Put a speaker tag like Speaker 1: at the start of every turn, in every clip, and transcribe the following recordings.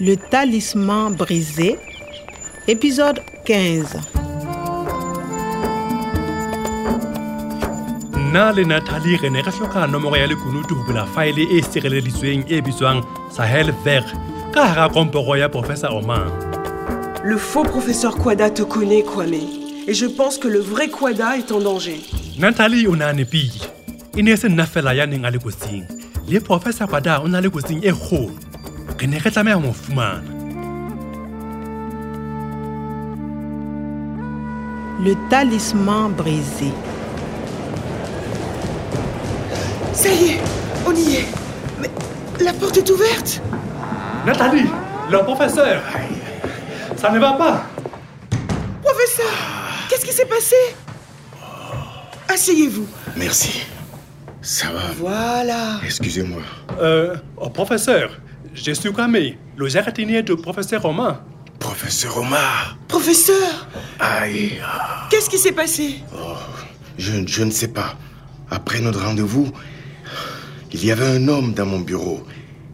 Speaker 1: Le talisman brisé, épisode 15.
Speaker 2: nna le natalie re ne re tlhoka nomoro ya lekunutu go bula faele e sireleditsweng e bitswang sahel ver ka gara komporo ya professeur oman
Speaker 3: Le faux professeur Quada te connaît, Kwame. Et je pense que le vrai Quada est en danger.
Speaker 2: natalie o ne a nepile e ne e se nna fela ya neng a le kotsing le professor kwada o na le kotsing e kgolo re ne re tlameya mo fumana
Speaker 1: Le talisman brisé.
Speaker 3: Ça y est, on y est. Mais la porte est ouverte
Speaker 2: natalie le professeur ça ne va pas
Speaker 3: Professeur Qu'est-ce qui s'est passé Asseyez-vous.
Speaker 4: Merci. Ça va.
Speaker 3: Voilà.
Speaker 4: Excusez-moi.
Speaker 2: euh, oh, professeur je suis Kwame, le jardinier du professeur Romain.
Speaker 4: Professeur Omar.
Speaker 3: Professeur,
Speaker 4: Aïe.
Speaker 3: qu'est-ce qui s'est passé
Speaker 4: Je, je ne sais pas. Après notre rendez-vous, il y avait un homme dans mon bureau.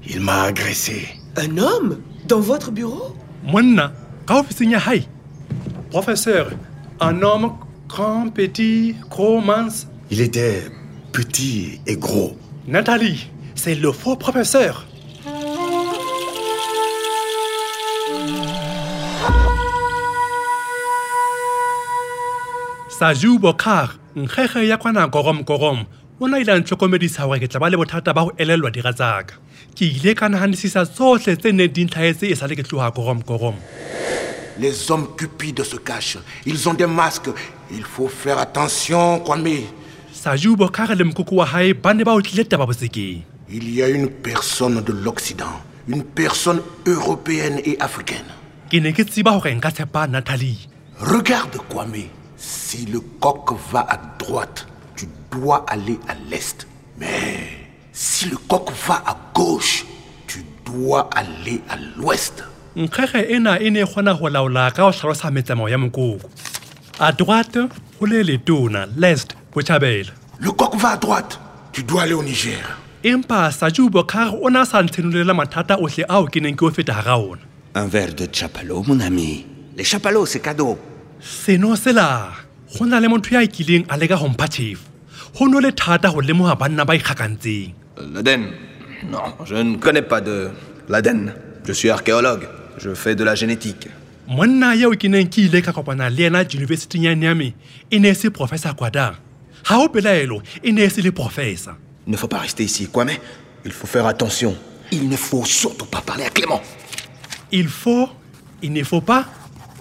Speaker 4: Il m'a agressé.
Speaker 3: Un homme Dans votre bureau
Speaker 2: Monna, ka ofising ya hae. Professeur, un homme grand, petit, gros, mince.
Speaker 4: Il était petit et gros.
Speaker 2: Nathalie, c'est le faux professeur. sa juu bokgar nkgege ya kwana koromkorom o ne a ile a ntlhokomedisa gore ke tla ba le bothata ba go elelwa dira tsaka ke ile ka naganesisa tsotlhe tse neng dintlhaetse e sa le ke tloga koromkorom
Speaker 5: Les hommes cupides se cachent. Ils ont des masques. Il faut faire attention, Kwame.
Speaker 2: sajuu bokgar le mokoko wa gae ba ne ba otlile taba bosekeng
Speaker 5: Il y a une personne de l'Occident, une personne européenne et africaine.
Speaker 2: ke ne ke tsiba gore nka tshepa natalie
Speaker 5: Regarde, Kwame. Si le coq va à droite, tu dois aller à l'est. Mais si le coq va à gauche, tu dois aller à l'ouest.
Speaker 2: nkgege ena e ne e kgona go laola ka go tlhalosa metsamao ya mokoko a droite go le letona lest botšhabela
Speaker 5: Le coq va à droite, tu dois aller au Niger.
Speaker 2: empa sajuu bokgar o ne a sa ntshenolela mathata otlhe ao ke neng ke o feta gara ona
Speaker 6: Un verre de chapalot, mon ami. Les chapalots, c'est cadeau.
Speaker 2: seno sela go na le motho ya a kileng a leka go mpha tšhefo go ne le thata go lemoga banna ba ikgakantseng
Speaker 7: L'Aden Non, je ne connais pas de l'Aden. Je suis archéologue. Je fais de la génétique.
Speaker 2: monna yeo ke neng ke ile ka kopana le ena yunibesiting ya nyame e ne e se professor kwadang ga o pelaelo e ne e se le professor
Speaker 7: Il ne faut pas rester ici, quoi, mais il faut faire attention.
Speaker 5: Il ne faut surtout pas parler à Clément.
Speaker 2: il faut il ne faut pas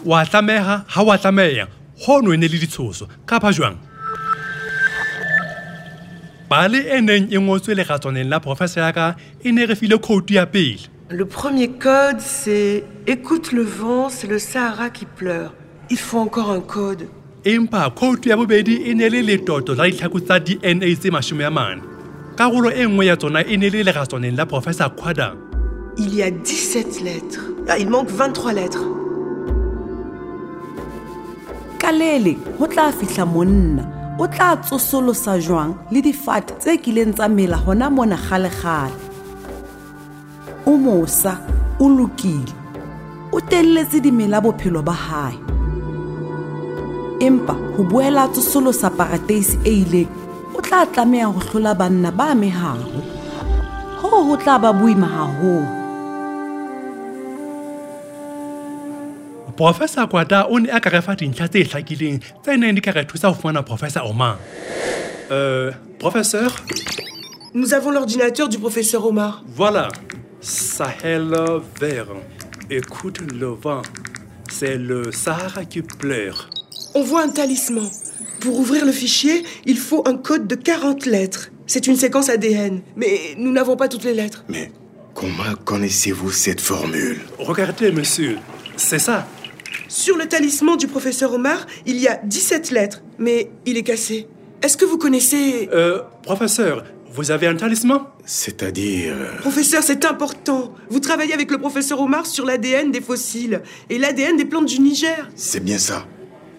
Speaker 2: wa tlameha ha wa tlameha gono e ne le ditshoso ka ba jwang pale e neng e ngotswe legatsaneng la professor ya ka e ne re file khoutu ya pele
Speaker 3: Le premier code, c'est Écoute le vent, c'est le Sahara qui pleure. Il faut encore un code.
Speaker 2: empa khoutu ya bobedi e ne le letoto la ditlhako tsa dna tse masome a mane karolo e nngwe ya tsona e ne le legatsaneng la professor quadang
Speaker 3: Il y a 17 lettres. Ah, il manque 23 lettres.
Speaker 8: ka lele go tla fitlha monna o tla tsosolosa jwang le difate tse kileng tsa mela gona mona galegale o mosa o lokile o teleletse dimela bophelo ba gae empa go boela a tsosolosa parateisi e ileng o tla tlameya go tlhola banna ba megago goo go tla ba boima gagolo
Speaker 2: professor kwata o ne a ka re fa dintlha tse tlhakileng tse neng di ka re thusa go fumana professor oman euh, professeur
Speaker 3: Nous avons l'ordinateur du professeur Omar.
Speaker 2: Voilà, Sahel vert. Écoute le vent. C'est le Sahara qui pleure.
Speaker 3: On voit un talisman. Pour ouvrir le fichier, il faut un code de 40 lettres. C'est une séquence ADN, mais nous n'avons pas toutes les lettres.
Speaker 4: Mais comment connaissez-vous cette formule
Speaker 2: Regardez, monsieur. C'est ça.
Speaker 3: Sur le talisman du professeur Omar, il y a 17 lettres, mais il est cassé. Est-ce que vous connaissez...
Speaker 2: Euh, professeur, vous avez un talisman
Speaker 4: C'est-à-dire... euh,
Speaker 3: Professeur, c'est important. Vous travaillez avec le professeur Omar sur l'ADN des fossiles et l'ADN des plantes du Niger.
Speaker 4: C'est bien ça.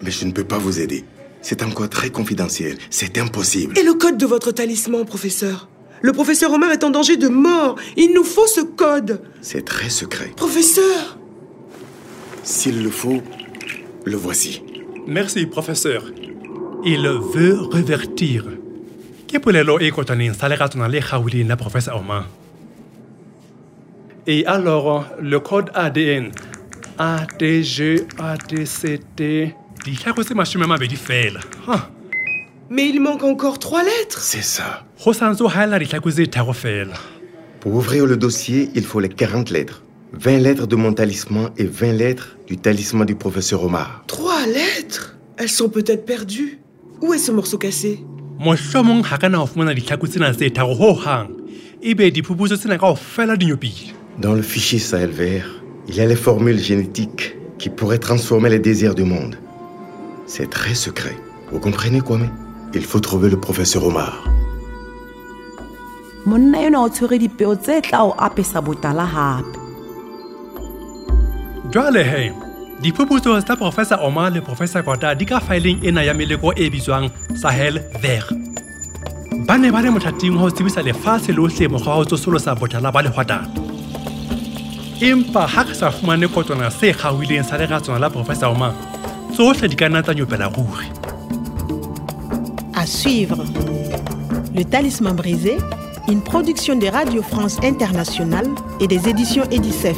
Speaker 4: Mais je ne peux pas vous aider. C'est encore très confidentiel. C'est impossible.
Speaker 3: Et le code de votre talisman, professeur Le professeur Homère est en danger de mort. Il nous faut ce code.
Speaker 4: C'est très secret.
Speaker 3: Professeur
Speaker 4: S'il le faut, le voici.
Speaker 2: Merci, professeur. Il veut revertir. Ke polelo e kotaneng sa leratswana le kgaoleding la professeur Omar. Et alors, le code ADN, ADG, ADCT, di tlhagotse mashome a mabedi fela. Ha,
Speaker 3: Mais il manque encore trois lettres.
Speaker 4: C'est ça.
Speaker 2: Go santse ho haella ditlhako tse tharo fela.
Speaker 4: Pour ouvrir le dossier, il faut les 40 lettres. 20 lettres de mon talisman et 20 lettres du talisman du professeur Omar.
Speaker 3: Trois lettres Elles sont peut-être perdues. Où est ce morceau cassé
Speaker 2: Mohlomong ha kana ho fumana ditlhako tsena tse tharo hohang. Ebe diphuputso tsena kaofela di nyopile.
Speaker 4: Dans le fichier Sahel vert, il y a les formules génétiques qui pourraient transformer les désirs du monde. C'est très secret. Vous comprenez, Kwame Il faut trouver le professeur Omar.
Speaker 8: monna enwa o tshwere dipeo tse tla o apesa botala gape
Speaker 2: jwale he diphuputso tsa professor omar le professor kota di ka fileng ena ya meleko e bitswang sahel ver ba ne ba le mothating wa ho tsebisa lefatshe lohle mokgwa wa ho tsosolosa botala ba lehwatana empa ha re sa fumane kotwana se kgawileng sa leratswana la professor omar tsohle di ka nna tsa nyopela ruri
Speaker 1: À suivre. Le talisman brisé, une production de Radio France Internationale et des éditions Edicef.